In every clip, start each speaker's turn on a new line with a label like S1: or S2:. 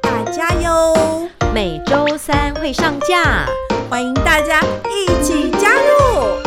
S1: 大家哟，
S2: 每周三会上架。
S1: 欢迎大家一起加入。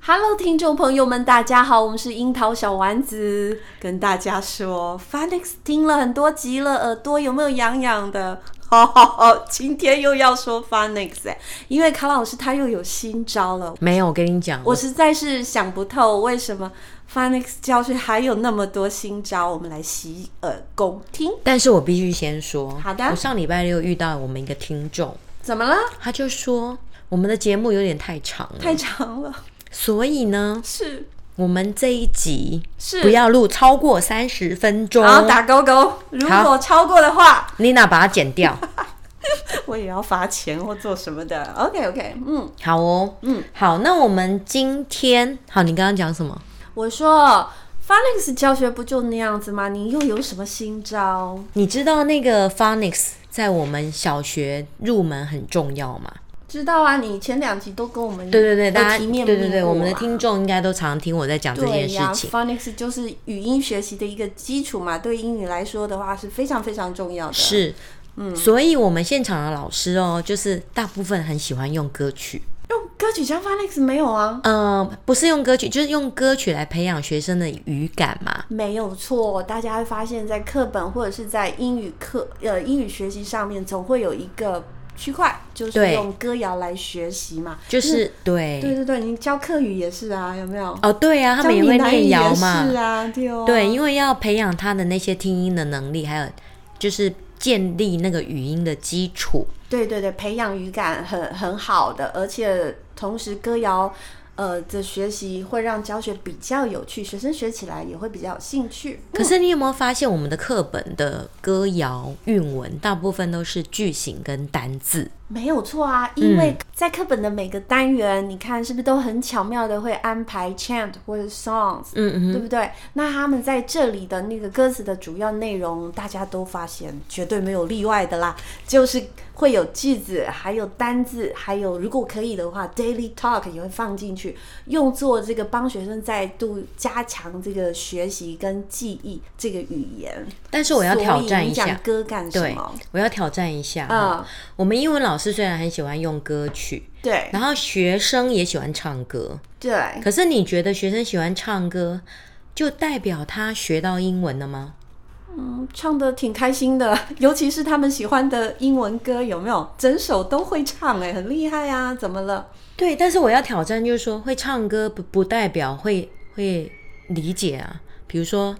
S1: Hello，听众朋友们，大家好，我们是樱桃小丸子，跟大家说，Felix 听了很多集了，耳朵有没有痒痒的？ 好好好，今天又要说 Felix，、哎，因为卡老师他又有新招了，
S2: 没有，我跟你讲，
S1: 我实在是想不透为什么 Felix 教学还有那么多新招，我们来洗耳恭听。
S2: 但是我必须先说，
S1: 好的
S2: 我上礼拜六遇到我们一个听众，
S1: 怎么了？
S2: 他就说我们的节目有点太长了，
S1: 太长了，
S2: 所以呢，
S1: 是
S2: 我们这一集
S1: 是
S2: 不要录超过三十分钟。
S1: 然后打勾勾，如
S2: 好
S1: 果超过的话，
S2: 妮娜把它剪 掉。
S1: 我也要罚钱或做什么的。OK OK，嗯，
S2: 好哦，嗯，好，那我们今天好，你刚刚讲什么？
S1: 我说 Felix 教学不就那样子吗？你又有什么新招？
S2: 你知道那个 phonics 在我们小学入门很重要吗？
S1: 知道啊，你前两集都跟我们
S2: 对对对，
S1: 都
S2: 大家
S1: 提
S2: 对
S1: 面
S2: 对
S1: 命
S2: 对，
S1: 过
S2: 我们的
S1: 啊
S2: 听众应该都常听我在讲这件
S1: 对
S2: 事
S1: 呀
S2: 情。
S1: ，phonics 就是语音学习的一个基础嘛，对英语来说的话是非常非常重要的。，
S2: 是，所以我们现场的老师哦，就是大部分很喜欢用歌曲，
S1: 用歌曲教 phonics 没有啊？
S2: 嗯、不是用歌曲，就是用歌曲来培养学生的语感嘛。
S1: 没有错，大家会发现，在课本或者是在英语课呃英语学习上面，总会有一个区块，就是
S2: 对
S1: 用歌谣来学习嘛。
S2: 就是
S1: 对
S2: 嗯对，
S1: 对对，你教课语也是啊，有没有？
S2: 哦，对啊，他
S1: 教
S2: 们也
S1: 闽
S2: 会
S1: 南语
S2: 念
S1: 也
S2: 谣嘛，
S1: 是啊，对哦。
S2: 对，因为要培养他的那些听音的能力，还有就是建立那个语音的基础。
S1: 对对对，培养语感很很好的，而且同时歌谣。呃，的学习会让教学比较有趣，学生学起来也会比较有兴趣。
S2: 可是你有没有发现，我们的课本的歌谣韵文大部分都是句型跟单字？
S1: 没有错啊，因
S2: 嗯
S1: 为在课本的每个单元，你看是不是都很巧妙的会安排 chant 或者 songs，、
S2: 嗯
S1: 对不对？那他们在这里的那个歌词的主要内容，大家都发现绝对没有例外的啦，就是会有句子，还有单字，还有如果可以的话，daily talk 也会放进去，用作这个帮学生再度加强这个学习跟记忆这个语言。
S2: 但是我要挑
S1: 所以
S2: 战
S1: 你
S2: 一
S1: 讲
S2: 下，
S1: 歌干什
S2: 对
S1: 么？，
S2: 我要挑战一下。
S1: 嗯
S2: 嗯，我们英文老师虽然很喜欢用歌曲，
S1: 对
S2: 然后学生也喜欢唱歌，
S1: 对，
S2: 可是你觉得学生喜欢唱歌，就代表他学到英文了吗？
S1: 唱的挺开心的， 尤其是他们喜欢的英文歌，有没有？整首都会唱、哎，很厉害啊！怎么了？
S2: 对，但是我要挑战就是说，会唱歌不不代表会会理解啊。比如说，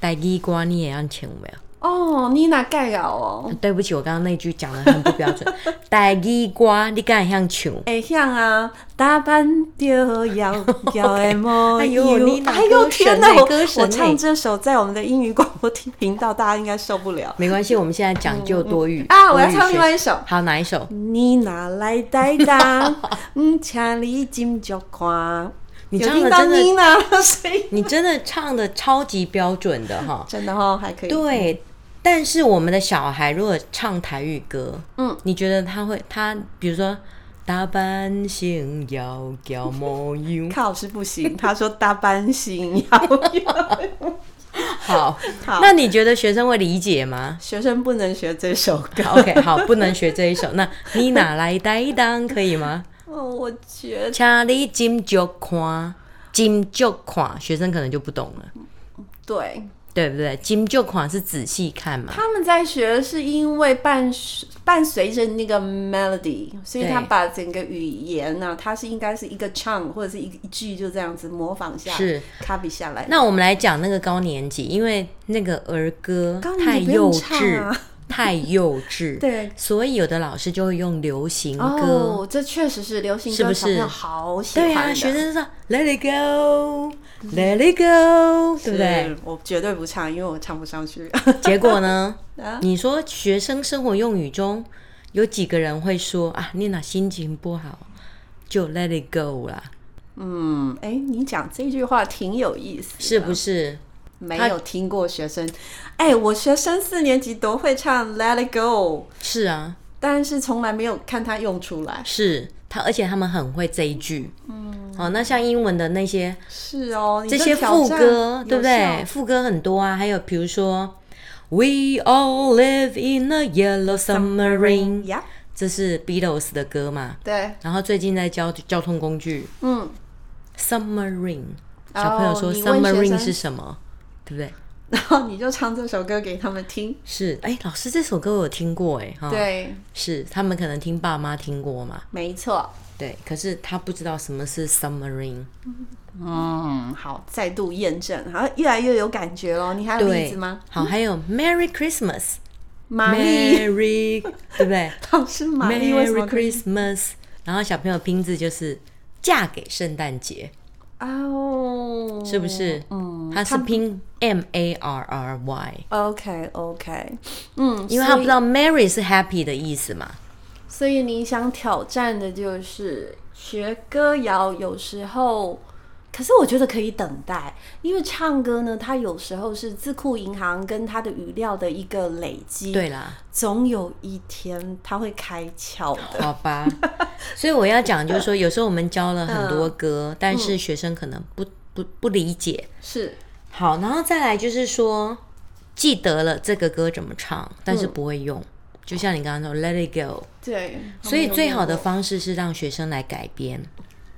S2: 呆鸡瓜你也要请我呀。
S1: 哦，妮娜盖了哦，
S2: 对不起，我刚刚那句讲的很不标 准。呆鸡瓜你敢像唱？
S1: 哎像啊，打扮就摇摇的梦
S2: 哎呦妮娜
S1: 哎呦
S2: 歌
S1: 天
S2: 神
S1: 哪，
S2: 哎
S1: 我
S2: 歌神
S1: 我唱
S2: 哎
S1: 这首在我们的英语广播听频道，大家应该受不了
S2: 没关系，我们现在讲究多语、
S1: 啊！我要
S2: 多语
S1: 唱另
S2: 学
S1: 外
S2: 习
S1: 一首。
S2: 好哪一首？
S1: 你哪来代 打？嗯，请你进就看。
S2: 你
S1: 有
S2: 唱
S1: 听
S2: 的
S1: 到
S2: 真
S1: 妮
S2: 的，
S1: 娜的 声音？
S2: 你真的唱的超级标准的 哈。
S1: 真的哦，还可以。
S2: 对，但是我们的小孩如果唱台语歌，
S1: 嗯
S2: 嗯，你觉得他会他比如说打扮成摇摇 模样，
S1: 卡老师不行，他说大班型要
S2: 好，
S1: 好
S2: 那你觉得学生会理 解吗
S1: 学生不能学这首歌。
S2: ？OK，好，不能学这一首。那你哪来担当可以吗？
S1: 哦，我觉得
S2: 请你金就看，金就看，学生可能就不懂了，
S1: 对，
S2: 对不对？金就看是仔细看嘛。
S1: 他们在学是因为伴随伴随着那个 melody，所以
S2: 对
S1: 他把整个语言呢、它是应该是一个唱或者是一一句就这样子模仿下，
S2: 是
S1: copy 下来。
S2: 那我们来讲那个高年级，因为那个儿歌
S1: 高
S2: 太
S1: 年级不
S2: 幼
S1: 用唱
S2: 稚，
S1: 啊
S2: 太幼稚。
S1: 对
S2: 所以有的老师就会用流行歌。
S1: 哦，这确实是流行
S2: 是
S1: 歌
S2: 不
S1: 小朋
S2: 是
S1: 友好喜欢
S2: 对
S1: 的。
S2: 啊，学生就说 Let it go，Let it go，对不对
S1: 是？？我绝对不唱，因为我唱不上去。
S2: 结果呢
S1: 啊？
S2: 你说学生生活用语中有几个人会说啊，你哪心情不好就 Let it go 啦，
S1: 嗯，哎，你讲这句话挺有意思的，
S2: 是不是？
S1: 没有听过学生。哎，我学生四年级多会唱《Let It Go》，
S2: 是啊，
S1: 但是从来没有看他用出来。
S2: 是他，而且他们很会这一句。嗯，好、那像英文的那些
S1: 是哦，你
S2: 这些
S1: 挑
S2: 副
S1: 战
S2: 歌，对不
S1: 有
S2: 对？
S1: 效？
S2: 副歌很多啊，还有比如说 We all live in a yellow submarine，
S1: 呀，
S2: 这是 Beatles 的歌嘛。
S1: 对，
S2: 然后最近在教交通工具
S1: 嗯，
S2: submarine，
S1: 哦
S2: 小朋友说
S1: 你问学生
S2: submarine 是什么，对不对？
S1: 然后你就唱这首歌给他们听。
S2: 是，哎，老师这首歌我有听过，哎，哈，，
S1: 对，
S2: 是他们可能听爸妈听过嘛，
S1: 没错。
S2: 对，可是他不知道什么是 submarine。
S1: 嗯，好，再度验证，好，越来越有感觉咯。你还有例
S2: 对
S1: 子吗？
S2: 好，还有 Merry Christmas，
S1: 玛 丽，
S2: Merry，对不对
S1: 老师 玛丽为什么
S2: ？Merry
S1: 可以
S2: Christmas，然后小朋友拼字就是嫁给圣诞节，
S1: 啊哦，
S2: 是不是？嗯，它是拼 M A R R Y，
S1: ？OK OK，嗯，
S2: 因为他
S1: 所
S2: 不
S1: 以
S2: 知道 Merry 是 happy 的意思 嘛。
S1: 所以你想挑战的就是学歌谣，有时候，可是我觉得可以等待，因为唱歌呢，它有时候是字库银行跟它的语料的一个累积，
S2: 对，啦，
S1: 总有一天它会开窍的。
S2: 好吧。所以我要讲就是说，有时候我们教了很
S1: 嗯
S2: 多歌，但是学生可能不不不理解。
S1: 是，
S2: 好，然后再来就是说，记得了这个歌怎么唱，但是不会用。就像你刚刚说，Let it go。
S1: 对，
S2: 所
S1: 嗯
S2: 以最好的
S1: 方
S2: 方式是让学生来改编，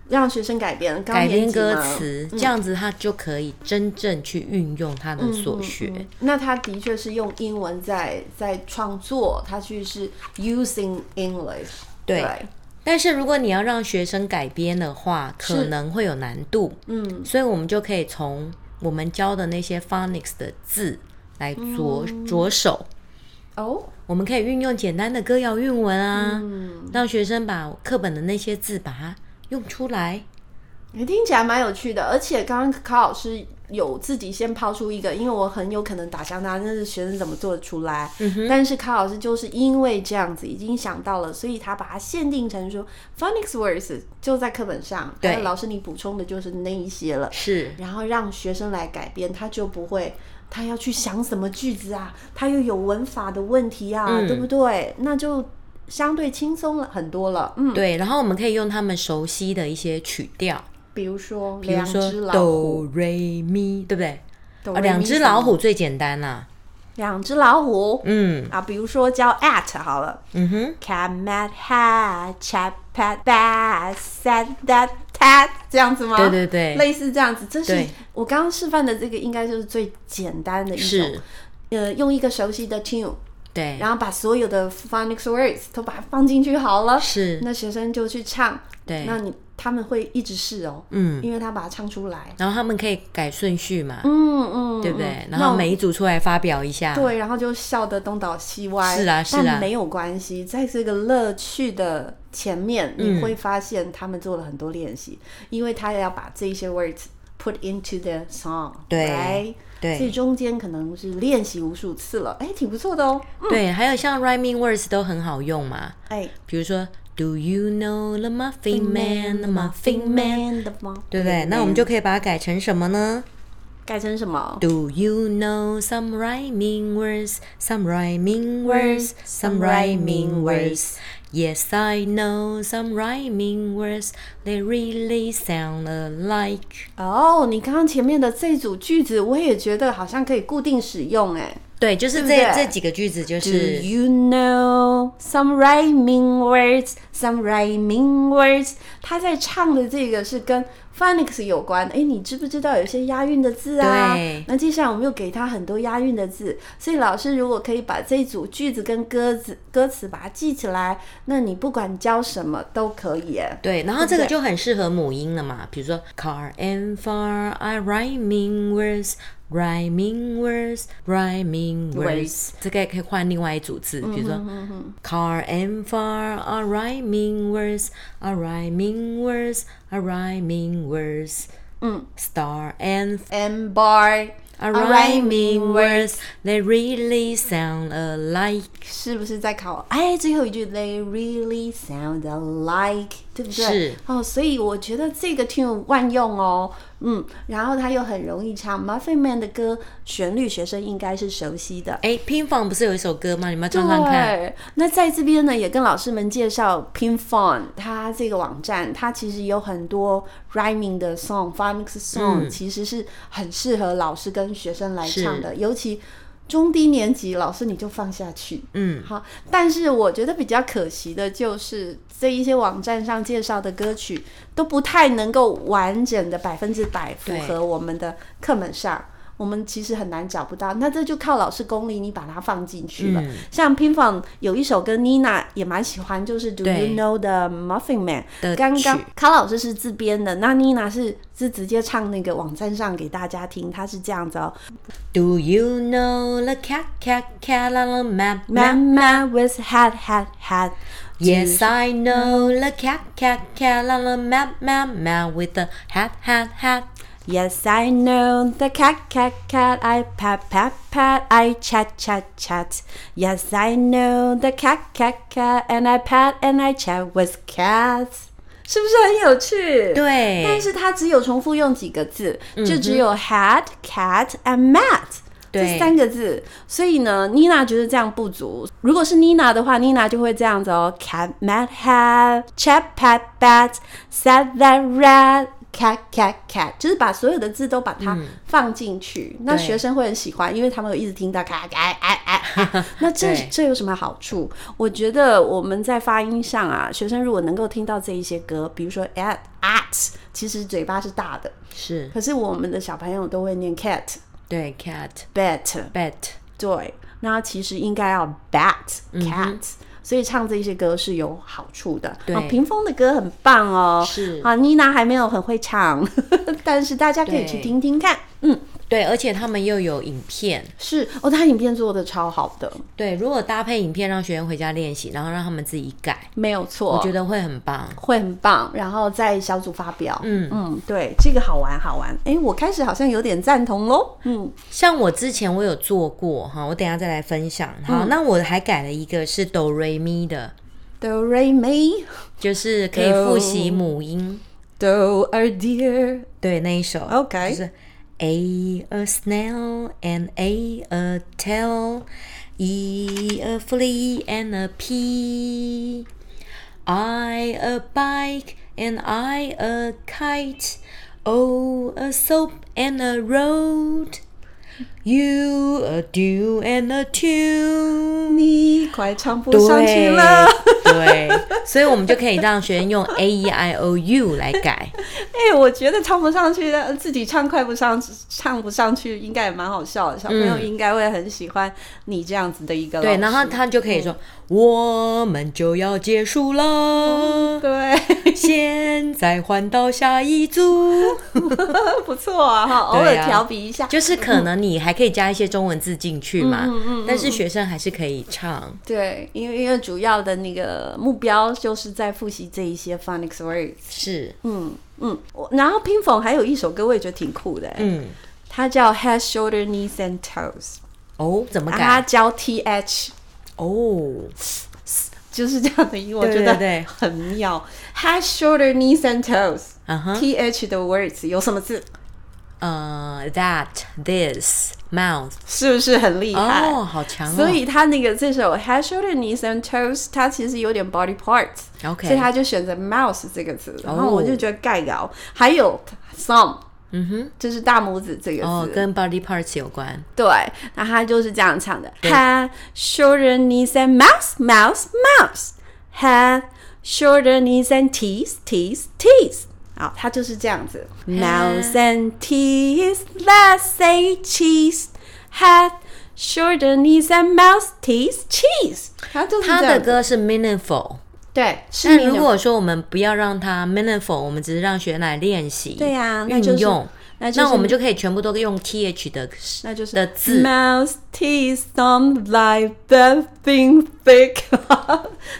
S1: 让学生改编，高
S2: 改
S1: 年级
S2: 哦编嗯歌
S1: 嘛
S2: 词，这样子他就可以真正去运用他的所学。
S1: 嗯那他的确是用英文在在创作，他去是 using English
S2: 对但是如果你要让学生改编的话，可能会有难度，
S1: 嗯，
S2: 所以我们就可以从我们教的那些 phonics 的字来着、着手。
S1: 哦，
S2: 我们可以运用简单的歌谣韵文啊，
S1: 嗯
S2: 让学生把课本的那些字把它用出来。
S1: 你听起来蛮有趣的，而且刚刚考老师有自己先抛出一个，因为我很有可能打向他，那是学生怎么做得出来？
S2: 嗯
S1: 但是考老师就是因为这样子已经想到了，所以他把它限定成说 phonics words 就在课本上，
S2: 对
S1: 还有老师你补充的就是那一些了。
S2: 是，
S1: 然后让学生来改编，他就不会，他要去想什么句子啊，他又有文法的问题啊，
S2: 嗯
S1: 对不对？那就相对轻松了很多了。嗯，
S2: 对。然后我们可以用他们熟悉的一些曲调，
S1: 比如说
S2: 比如
S1: 两
S2: 说
S1: 只老
S2: 哆
S1: 虎，
S2: 瑞咪，对不对？
S1: 哆
S2: 啊，
S1: 来
S2: 两
S1: 咪
S2: 只
S1: 什么
S2: 老，虎最简单啦、
S1: 两只老虎。
S2: 嗯
S1: 啊，比如说叫 at 好了
S2: 嗯哼，
S1: ，cat mat hat chat pat bat sat that tat 这样子吗？
S2: 对对对
S1: 啊类似这样子，这是
S2: 对
S1: 我刚刚示范的这个，应该就是最简单的一种
S2: 是。
S1: 呃，用一个熟悉的 tune，
S2: 对，
S1: 然后把所有的 phonics words 都把它放进去好了，
S2: 是，
S1: 那学生就去唱，
S2: 对，
S1: 那你他们会一直试哦，
S2: 嗯，
S1: 因为他把它唱出来，
S2: 然后他们可以改顺序嘛，
S1: 嗯嗯，
S2: 对不对
S1: 嗯？
S2: 然
S1: 那
S2: 后
S1: 我
S2: 每一组出来发表一下，
S1: 对，然后就笑得东倒西歪，
S2: 啊是啊是
S1: 但
S2: 啊
S1: 没有关系，在这个乐趣的前面，你会发现他们做了很多练习，因为他也要把这些 words put into the song，
S2: 对
S1: right？
S2: 对
S1: 所以中间可能是练习无数次了，哎，挺不错的哦，
S2: 对，还有像 rhyming words 都很好用嘛，
S1: 哎。
S2: 比如说 Do you know the muffin man, the muffin man，
S1: man 的吗？
S2: 对不对？那我们就可以把它改成什么呢
S1: 改成什么？
S2: ？Do you know some rhyming words, some rhyming words, some rhyming words? Yes, I know some rhyming words. They really sound alike.
S1: 哦，你刚刚前面的这组句子，我也觉得好像可以固定使用哎。
S2: 对，就
S1: 对
S2: 是
S1: 不
S2: 这
S1: 对
S2: 这几个句子就
S1: Do
S2: 是
S1: you know some rhyming words? Some rhyming words？他在唱的这个是跟 phonics 有关。哎，你知不知道有些押韵的字啊
S2: 对？
S1: 那接下来我们又给他很多押韵的字，所以老师如果可以把这组句子跟歌词歌词把它记起来，那你不管教什么都可以哎。
S2: 对，然后这个就很适合母婴了嘛，比如说 car and far are rhyming words rhyming words, rhyming
S1: Words
S2: words，这嗯个也可以换另外一组字，比如说 car and far are rhyming words, are rhyming words, are rhyming words。
S1: 嗯
S2: ，star and
S1: ，and bar
S2: are rhyming words, they really sound alike。
S1: 是不是在考？哎，最后一句 They really sound alike，对不对？
S2: 是
S1: 哦，所以我觉得这个 tune 万用哦，嗯，然后它又很容易唱。Muffin Man 的歌旋律学生应该是熟悉的。
S2: 哎，拼房不是有一首歌吗？你们要唱唱看。
S1: 对，那在这边呢，也跟老师们介绍 Pinfon 它这个网站，它其实有很多 rhyming 的 song、phonics
S2: 嗯
S1: song，、其实是很适合老师跟学生来唱的，尤其。中低年级老师你就放下去，
S2: 嗯，
S1: 好。但是我觉得比较可惜的就是这一些网站上介绍的歌曲都不太能够完整的百分之百符
S2: 对
S1: 合我们的课本上，我们其实很难找不到。那这就靠老师功力，你把它放进去了。
S2: 嗯
S1: 像 Pinfon 有一首歌 Nina 也蛮喜欢，就是 Do You
S2: 对
S1: Know the Muffin Man
S2: 的
S1: 刚刚
S2: 曲
S1: 卡老师是自编的，那 Nina 是是直接唱那个网站上给大家听，她是这样子哦
S2: Do you know the cat cat cat on the map
S1: ，Man Man with hat hat hat。
S2: Yes, I know the cat cat cat on the map map map with the hat hat hat.
S1: Yes, I know the cat, cat, cat. I pat, pat, pat. I chat, chat, chat. Yes, I know the cat, cat, cat. And I pat and I chat with cats. 是不是很有趣？
S2: 对嗯
S1: 但是它只有重复用几个字，就只有 had、cat and mat 这
S2: 对
S1: 三个字。所以呢，妮娜觉得这样不足。如果是妮娜的话，妮娜就会这样子哦：cat mat hat, chat pat bat, sat that rat。cat cat cat，就是把所有的字都把它放进去，那
S2: 嗯对
S1: 学生会很喜欢，因为他们有一直听到咔咔哎哎哎哎，那这
S2: 对
S1: 这有什么好处？我觉得我们在发音上啊，学生如果能够听到这一些歌，比如说 at at，其实嘴巴是大的，
S2: 是
S1: 可是我们的小朋友都会念 cat
S2: 对 cat
S1: bat，
S2: bat
S1: 对，那其实应该要 bat
S2: 嗯
S1: cat，、所以唱这些歌是有好处的。
S2: 对
S1: 啊，屏风的歌很棒哦。
S2: 是
S1: 啊，妮娜还没有很会唱， 但是大家可以
S2: 对
S1: 去听听看。嗯，
S2: 对，而且他们又有影片。
S1: 是哦，她影片做的超好的，
S2: 对，如果搭配影片让学员回家练习，然后让他们自己改，
S1: 没有错。
S2: 我觉得会很棒。
S1: 会很棒，然后在小组发表。嗯嗯，对，这个好玩好玩。哎，我开始好像有点赞同喽。嗯，
S2: 像我之前我有做过哈，我等一下再来分享。好，那我还改了一个是哆瑞咪的，
S1: 哆瑞咪，
S2: 就是可以复习母音。
S1: 哆 a deer，
S2: 对那一首
S1: OK
S2: 就是 A a snail and A a tail, E a flea and a pea, I a bike and I a kite, O a soap and a road, U a dew and a tune。
S1: 你快唱不上去
S2: 对
S1: 了。
S2: 对，所以我们就可以让学员用 A E I O U 来改。
S1: 哎、我觉得唱不上去，呃自己唱快不上，唱不上去，应该也蛮好笑的。小朋友应该会很喜欢你这样子的一个老
S2: 对，
S1: 师嗯
S2: 然后他就可以说：“我们就要结束
S1: 嗯
S2: 了，
S1: 对，
S2: 现在换到下一 组。
S1: 不错啊哈，偶
S2: 对
S1: 尔
S2: 啊
S1: 调皮一下”。
S2: 就是可能你还可以加一些中文字进去
S1: 嗯
S2: 嘛，但是学生还是可以唱。
S1: 对，因为因为主要的那个目标就是在复习这一些 phonics words。
S2: 是，
S1: 嗯，嗯，我然后拼缝还有一首歌，我也觉得挺酷的、
S2: 嗯，
S1: 它叫 Head, Shoulder, Knees and Toes，
S2: 哦，怎么
S1: 把它
S2: 改？
S1: 教 th，
S2: 哦，
S1: 就是这样的音，我觉
S2: 对
S1: 得
S2: 对对
S1: 很妙。Head, Shoulder, Knees and Toes，th
S2: 啊哈，
S1: 的 words 有什么字？
S2: 呃，that this mouth，
S1: 是不是很厉害？
S2: 哦，好强哦，
S1: 所以他那个这首 Head, Shoulder, Knees and Toes，它其实有点 body parts，
S2: OK
S1: 所以他就选择 mouse 这个词，然后
S2: 哦
S1: 我就觉得盖稿。还有 thumb，
S2: 嗯哼，
S1: 就是大拇指这个字。
S2: 哦，跟 body parts 有关，
S1: 对，那他就是这样唱的
S2: 对
S1: ：Head, shoulder, knees and mouse, mouse, mouse. Head, shoulder, knees and teeth, teeth, teeth. 好，他就是这样子：Mouse and teeth, let's say cheese. Head, shoulder, knees and mouse, teeth, cheese. 他就是
S2: 他
S1: 这样
S2: 的
S1: 子
S2: 歌是 meaningful。
S1: 对，是
S2: 但
S1: 你
S2: 如果说我们不要让它 meaningful，我们只是让学员来练习，
S1: 对呀、那
S2: 运
S1: 就是
S2: 用，
S1: 那就是
S2: 那我们就可以全部都用 th 的，
S1: 那就是
S2: 的字
S1: Mouse teeth some like that thing thick，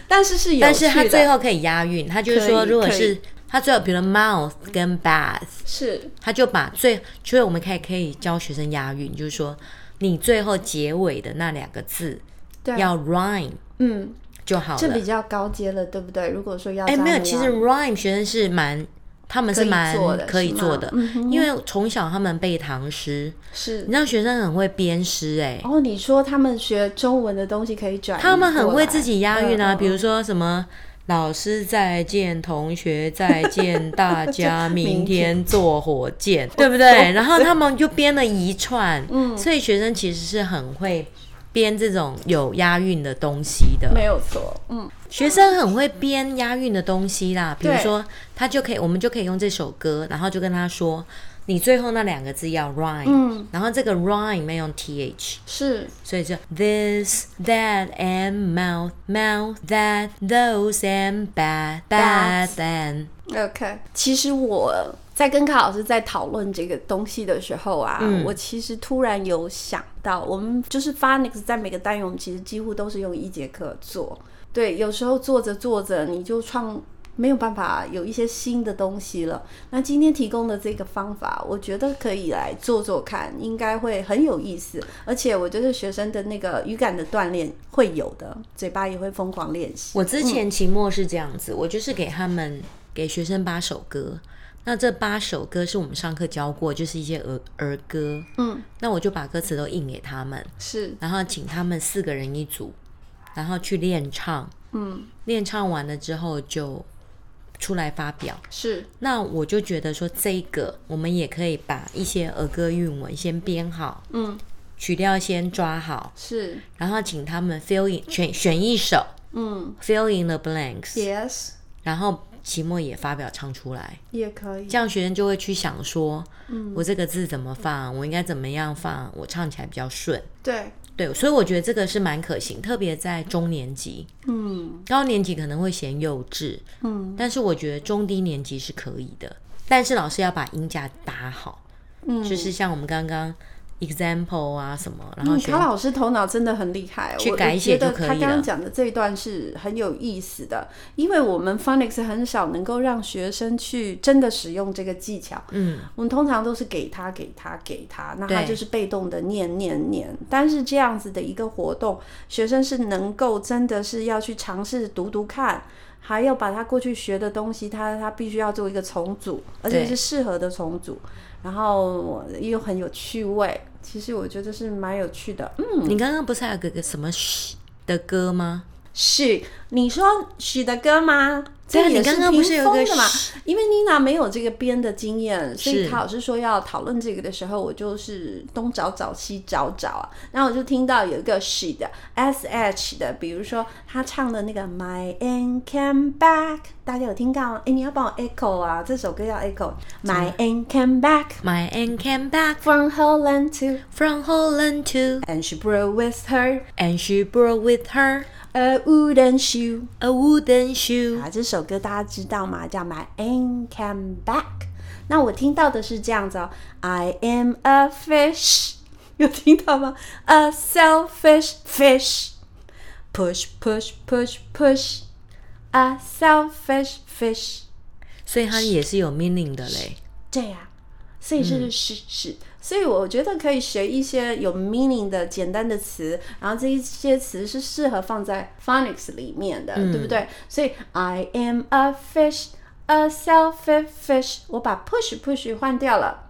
S1: 但 是是有趣的，
S2: 但是它最后可以押韵。它就是说，
S1: 可以
S2: 如果
S1: 可以
S2: 是它最后，比如 mouth 跟 bath，
S1: 是
S2: 他就把最，所以我们可以可以教学生押韵，就是说你最后结尾的那两个字
S1: 对
S2: 要 rhyme
S1: 嗯，
S2: 就好
S1: 这比
S2: 了。
S1: 较高阶了，对不对？如果说要
S2: 哎，
S1: 照
S2: 没有，
S1: 那
S2: 其
S1: 样
S2: 实 rhyme 学生是蛮，他们是
S1: 可以
S2: 蛮
S1: 做的
S2: 可以
S1: 是吗
S2: 做的，
S1: 嗯哼
S2: 因为从小他们背唐诗，
S1: 是
S2: 你知道学生很会编诗哎、
S1: 哦，你说他们学中文的东西可以转，
S2: 他们很会自己押韵
S1: 嗯
S2: 啊，
S1: 嗯嗯
S2: 比如说什么。老师再见，同学再见，大家明
S1: 明天
S2: 天坐火 箭，对不对？然后他们就编了一串，
S1: 哦嗯
S2: 所以学生其实是很会编这种有押韵的东西的。
S1: 没有错，嗯，
S2: 学生很会编押韵的东西啦，比如
S1: 对
S2: 说他就可以，我们就可以用这首歌，然后就跟他说，你最后那两个字要 rhyme，、
S1: 嗯
S2: 然后这个 rhyme 要用 th，
S1: 是
S2: 所以就 this that and mouth mouth that those and bad bad
S1: That's.
S2: and
S1: OK，其实我在跟卡老师在讨论这个东西的时候啊，我其实突然有想到，我们就是 Phonics 在每个单元，我们其实几乎都是用一节课做。对，有时候做着做着，你就创没有办法有一些新的东西了。那今天提供的这个方法，我觉得可以来做做看，应该会很有意思。而且我觉得学生的那个语感的锻炼会有的，嘴巴也会疯狂练习。
S2: 我之前期末是这样子，我就是给他们给学生八首歌，那这八首歌是我们上课教过，就是一些儿儿歌，
S1: 嗯，
S2: 那我就把歌词都印给他们，
S1: 是，
S2: 然后请他们四个人一组，然后去练唱，
S1: 嗯，
S2: 练唱完了之后就出来发表。
S1: 是，
S2: 那我就觉得说，这个我们也可以把一些儿歌韵文先编好，
S1: 嗯，
S2: 曲调先抓好，
S1: 是，
S2: 然后请他们 fill in 选选一首
S1: 嗯。
S2: fill in the blanks，
S1: Yes，
S2: 然后期末也发表唱出来，
S1: 也可以
S2: 这。样学生就会去想说，
S1: 嗯
S2: 我这个字怎么放，我应该怎么样放，我唱起来比较顺。
S1: 对，
S2: 对，所以我觉得这个是蛮可行，特别在中年级、
S1: 嗯
S2: 高年级可能会嫌幼稚，
S1: 嗯
S2: 但是我觉得中低年级是可以的，但是老师要把音架打好，
S1: 嗯，
S2: 就是像我们刚刚 example 啊什么，然后
S1: 嗯，
S2: 学
S1: 卡老师头脑真的很厉害，
S2: 去
S1: 我
S2: 改
S1: 我
S2: 写
S1: 觉
S2: 就
S1: 得
S2: 可以
S1: 他刚
S2: 了
S1: 刚讲的这一段是很有意思的，因为我们 phonics 很少能够让学生去真的使用这个技巧，
S2: 嗯，
S1: 我们通常都是给他给他给他，那他
S2: 对
S1: 就是被动的念念念。但是这样子的一个活动，学生是能够真的是要去尝试读读看。还要把他过去学的东西，他他必须要做一个重组，而且
S2: 对
S1: 是适合的重组，然后又很有趣味。其实我觉得是蛮有趣的。嗯，
S2: 你刚刚不是还有个个什么嘘的歌吗？
S1: 许，你说许的歌吗？
S2: 对啊
S1: 这也
S2: 你刚刚不是有一个
S1: 屏风的嘛
S2: 嘘？
S1: 因为妮娜没有这个编的经验，所以
S2: 是
S1: 卡老师说要讨论这个的时候，我就是东找找西找找啊。然后我就听到有一个许的 S H 的，比如说他唱的那个 My N Came Back，大家有听到吗？哎，你要帮我 echo 啊，这首歌要 echo。My N Came Back
S2: My aunt came back
S1: from Holland to
S2: from Holland too,
S1: and she brought with her
S2: and she brought with her
S1: a wooden shoe。
S2: a wooden shoe。
S1: 啊，这首歌大家知道吗？叫《My Ain Came Back》。那我听到的是这样子哦，I am a fish，有 听到吗？A selfish fish。Push, push, push, push. A selfish fish.
S2: 所以它也是有 meaning 的嘞。
S1: 对呀、所以这
S2: 嗯
S1: 是是是，所以我觉得可以学一些有 meaning 的简单的词，然后这一些词是适合放在 phonics 里面的，
S2: 嗯
S1: 对不对？所以 I am a fish, a selfish fish，我把 push push 换掉了。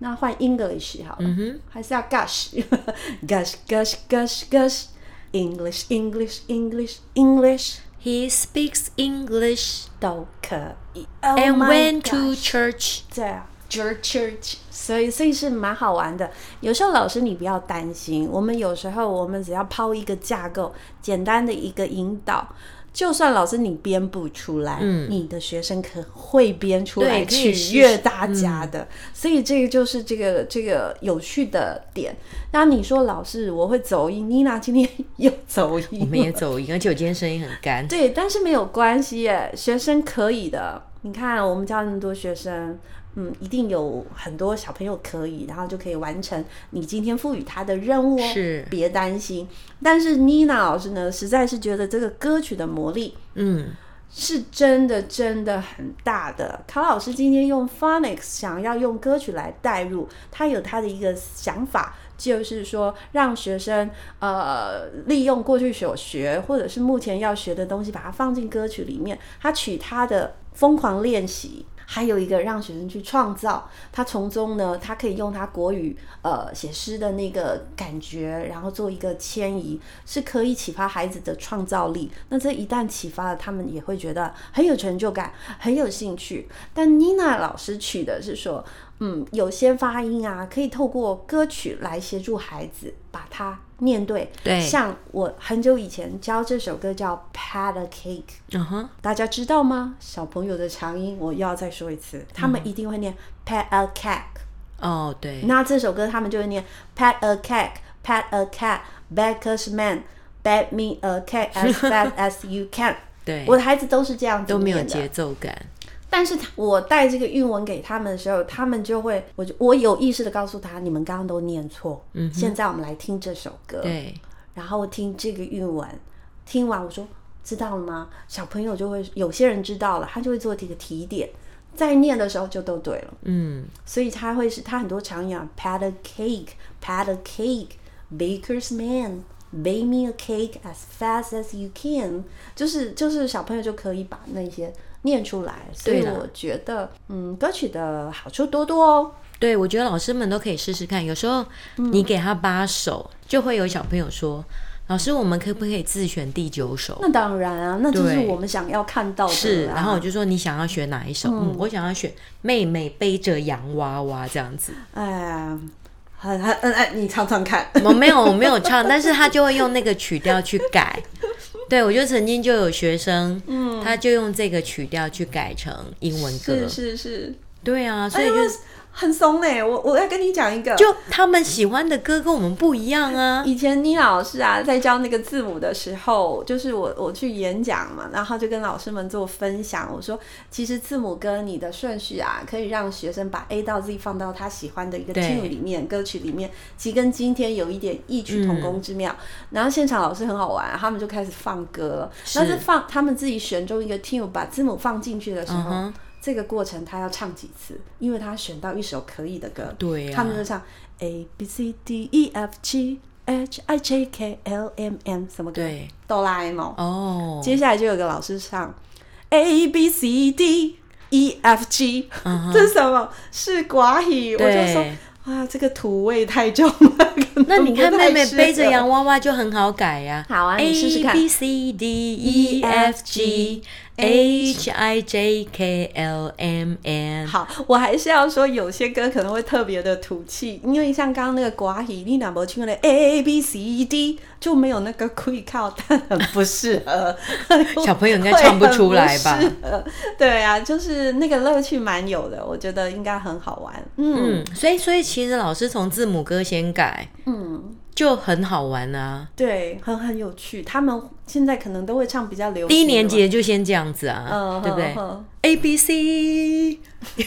S1: 那换 English 好了，
S2: 嗯
S1: 还是要 gush，gush gush gush gush English English English English
S2: He speaks English
S1: 都可以。Oh
S2: and
S1: my
S2: went to
S1: gosh
S2: church。
S1: 对啊，Church Church，所以所以是蛮好玩的。有时候老师你不要担心，我们有时候我们只要抛一个架构，简单的一个引导，就算老师你编不出来，你的学生可会编出来
S2: 对可以试
S1: 取悦大家的。所以这个就是这个这个有趣的点。那你说老师我会走音，妮娜今天 又走音，
S2: 我们也走音，而且我今天声音很 干。
S1: 对，但是没有关系耶，学生可以的。你看，我们教那么多学生，嗯，一定有很多小朋友可以，然后就可以完成你今天赋予他的任务哦。
S2: 是
S1: 别担心。但是妮娜老师呢，实在是觉得这个歌曲的魔力
S2: 嗯，
S1: 是真的真的很大的。卡老师今天用 phonics 想要用歌曲来带入，他有他的一个想法，就是说让学生呃利用过去所学或者是目前要学的东西，把它放进歌曲里面。他取他的疯狂练习。还有一个让学生去创造，他从中呢，他可以用他国语呃写诗的那个感觉，然后做一个迁移，是可以启发孩子的创造力。那这一旦启发了，他们也会觉得很有成就感，很有兴趣。但妮娜老师取的是说，嗯，有些发音啊，可以透过歌曲来协助孩子把它念对。
S2: 对
S1: 像我很久以前教这首歌叫《Pat a Cake》。
S2: 嗯哼，
S1: 大家知道吗？小朋友的长音，我又要再说一次，他们一定会念 pat a cake。
S2: 哦，对，
S1: 那这首歌他们就会念 pat a cake, pat a cat, baker's man, bake me a cake as fast as you can。
S2: 对，
S1: 我的孩子都是这样子
S2: 都没有
S1: 念的
S2: 节奏感，
S1: 但是他我带这个韵文给他们的时候，他们就会，我就我有意识的告诉他，你们刚刚都念错。嗯，现在我们来听这首歌。
S2: 对，
S1: 然后听这个韵文，听完我说知道了吗？小朋友就会有些人知道了，他就会做这个提点，在念的时候就都对了。
S2: 嗯，
S1: 所以他会是他很多常用 pat a cake, pat a cake, baker's man, bake me a cake as fast as you can，就是就是小朋友就可以把那些念出来。所以
S2: 对了
S1: 我觉得，嗯，歌曲的好处多多哦。
S2: 对，我觉得老师们都可以试试看。有时候
S1: 嗯
S2: 你给他八首，就会有小朋友说：“老师，我们可不可以自选第九首？”
S1: 那当然啊，那就是
S2: 对
S1: 我们想要看到的啦。
S2: 是，然后我就说你想要选哪一首？嗯，我想要选《妹妹背着洋娃娃》这样子。
S1: 哎呀，很很很哎，你唱唱看。
S2: 我没有，我没有唱，但是他就会用那个曲调去 改。对，我就曾经就有学生，嗯，他就用这个曲调去改成英文歌。
S1: 是是是，
S2: 对啊，所以
S1: 哎
S2: 就、
S1: 呦很怂哎、我我要跟你讲一个，
S2: 就他们喜欢的歌跟我们不一样啊。
S1: 以前妮老师啊，在教那个字母的时候，就是我我去演讲嘛，然后就跟老师们做分享，我说其实字母跟你的顺序啊，可以让学生把 A 到 Z 放到他喜欢的一个
S2: 对
S1: tune 里面，歌曲里面，其实跟今天有一点异曲同工之妙。然后现场老师很好玩，他们就开始放歌了，那是放他们自己选中一个 tune，把字母放进去的时候。
S2: 嗯哼
S1: 这个过程他要唱几次？因为他选到一首可以的歌，
S2: 对啊
S1: 他们就唱 A B C D E F G H I J K L M N 什么歌？
S2: 对，
S1: 哆啦 A 梦。
S2: 哦，
S1: 接下来就有个老师唱 A B C D E F G，、这 是什么？是寡语。我就说
S2: 嗯对。
S1: 啊，这个土味太重了。
S2: 那你看
S1: 可能不太
S2: 妹妹
S1: 适合
S2: 背着洋娃娃就很好改呀、
S1: 好啊你试试看
S2: A B C D E F G H I J K L M N。
S1: 好，我还是要说，有些歌可能会特别的土气，因为像刚刚那个寡语，你哪没去那 A A B C E D 就没有那个 quick 靠，但很不适合
S2: 小朋友应该唱不出来吧
S1: 会很不适合？对啊，就是那个乐趣蛮有的，我觉得应该很好玩。嗯，
S2: 嗯，所以所以其实老师从字母歌先改，嗯，就很好玩啊。
S1: 对，很很有趣。他们现在可能都会唱比较流行的嘛，
S2: 第一年级就先这样子啊，
S1: 嗯，
S2: 对不对
S1: 哼哼
S2: ？A B C，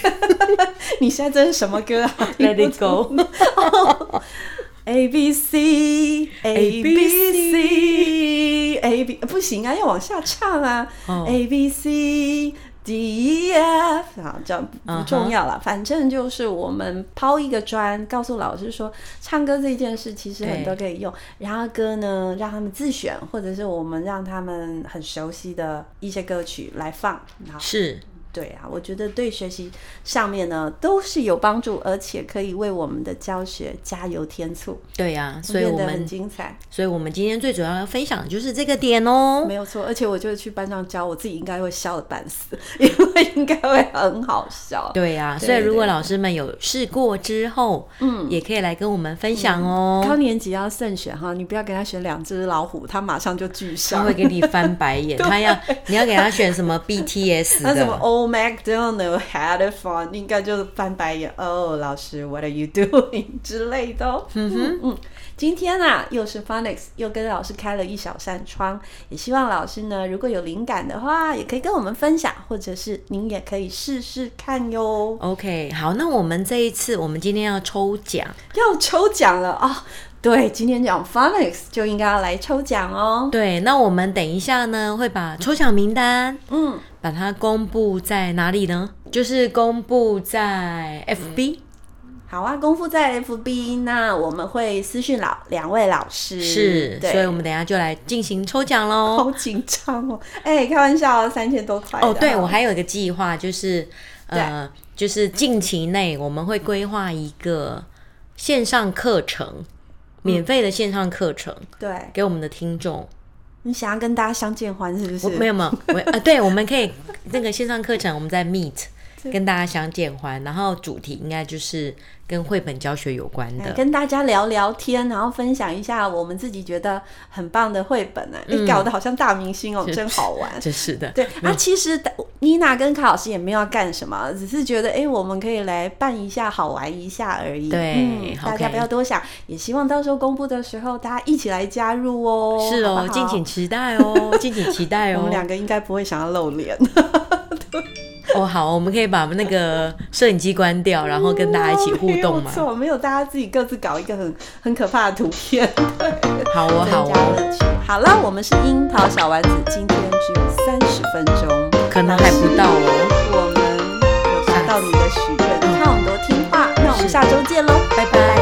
S1: 你现在这是什么歌啊
S2: Let it go
S1: 听不懂 A B C A B C A B 不行啊，要往下唱啊。
S2: 哦
S1: A B C D E F 啊，这样不
S2: 嗯哼
S1: 重要了。反正就是我们抛一个砖，告诉老师说，唱歌这件事其实很多可以用。然后歌呢，让他们自选，或者是我们让他们很熟悉的一些歌曲来放，然后
S2: 是
S1: 对啊，我觉得对学习上面呢都是有帮助，而且可以为我们的教学加油添醋，
S2: 对呀、所以
S1: 变
S2: 我
S1: 得很
S2: 们
S1: 精彩，
S2: 所以我们今天最主要要分享的就是这个点哦
S1: 没。有错。而且我就去班上教，我自己应该会笑的半死，因为应该会很好笑。
S2: 对呀、
S1: 对
S2: 所以如果
S1: 对
S2: 老师们有试过之后，嗯，也可以来跟我们分享哦。
S1: 高年级要慎选哈，你不要给他选两只老虎，他马上就巨
S2: 他
S1: 伤
S2: 会。给你翻白眼，他要你要给他选什么 BTS
S1: 那什么
S2: 的，
S1: Oh Old MacDonald had a fun，应该就是翻白眼哦，老师，What are you doing 之类的、哦。嗯哼，嗯，今天啊，又是 Phonics，又跟老师开了一小扇窗，也希望老师呢，如果有灵感的话，也可以跟我们分享，或者是您也可以试试看哟。
S2: OK，好，那我们这一次，我们今天要抽奖，
S1: 要抽奖了啊、对，今天讲 Phonics 就应该要来抽奖哦。
S2: 对，那我们等一下呢，会把抽奖名单
S1: 嗯，
S2: 把它公布在哪里呢？就是公布在 FB，、
S1: 好啊，功夫在 FB，那我们会私讯老两位老师，
S2: 是，
S1: 嗯对，
S2: 所以我们等一下就来进行抽奖喽。
S1: 好紧张哦。 哎、开玩笑哦，三千多块的
S2: 哦，对，我还有一个计划，就是呃，就是近期内我们会规划一个线上课程，免费的线上课程
S1: 对，
S2: 给我们的听众。
S1: 你想要跟大家相见欢是不
S2: 我
S1: 是？
S2: 没有 没有，我啊，对，我们可以那个线上课程，我们在 Meet 跟大家相见欢，然后主题应该就是跟绘本教学有关
S1: 哎
S2: 的。
S1: 跟大家聊聊天，然后分享一下我们自己觉得很棒的绘本呢、哎、
S2: 嗯
S1: 搞得好像大明星哦， 真好玩。
S2: 真是的，
S1: 对啊，其实妮娜跟卡老师也没有要干什么，只是觉得哎、我们可以来办一下，好玩一下而已。嗯
S2: 对
S1: 大家
S2: OK
S1: 不要多想，也希望到时候公布的时候，大家一起来加入哦。
S2: 是
S1: 好
S2: 哦，
S1: 不好
S2: 敬请期 待哦，敬请期待
S1: 我
S2: 哦
S1: 们。两个应该不会想要露脸，
S2: 哦，好，我们可以把那个摄影机关掉，然后跟大家一起互动
S1: 没有。
S2: 嘛
S1: 错，没有大家自己各自搞一个很很可怕的图 片，
S2: 好哦，好
S1: 增加
S2: 哦，
S1: 乐趣。好了，我们是樱桃小丸子，今天只有三十分钟，
S2: 可能还不到哦，嗯
S1: 我们有达到你的许愿，你看我们多听话。那我们下周见喽，拜拜。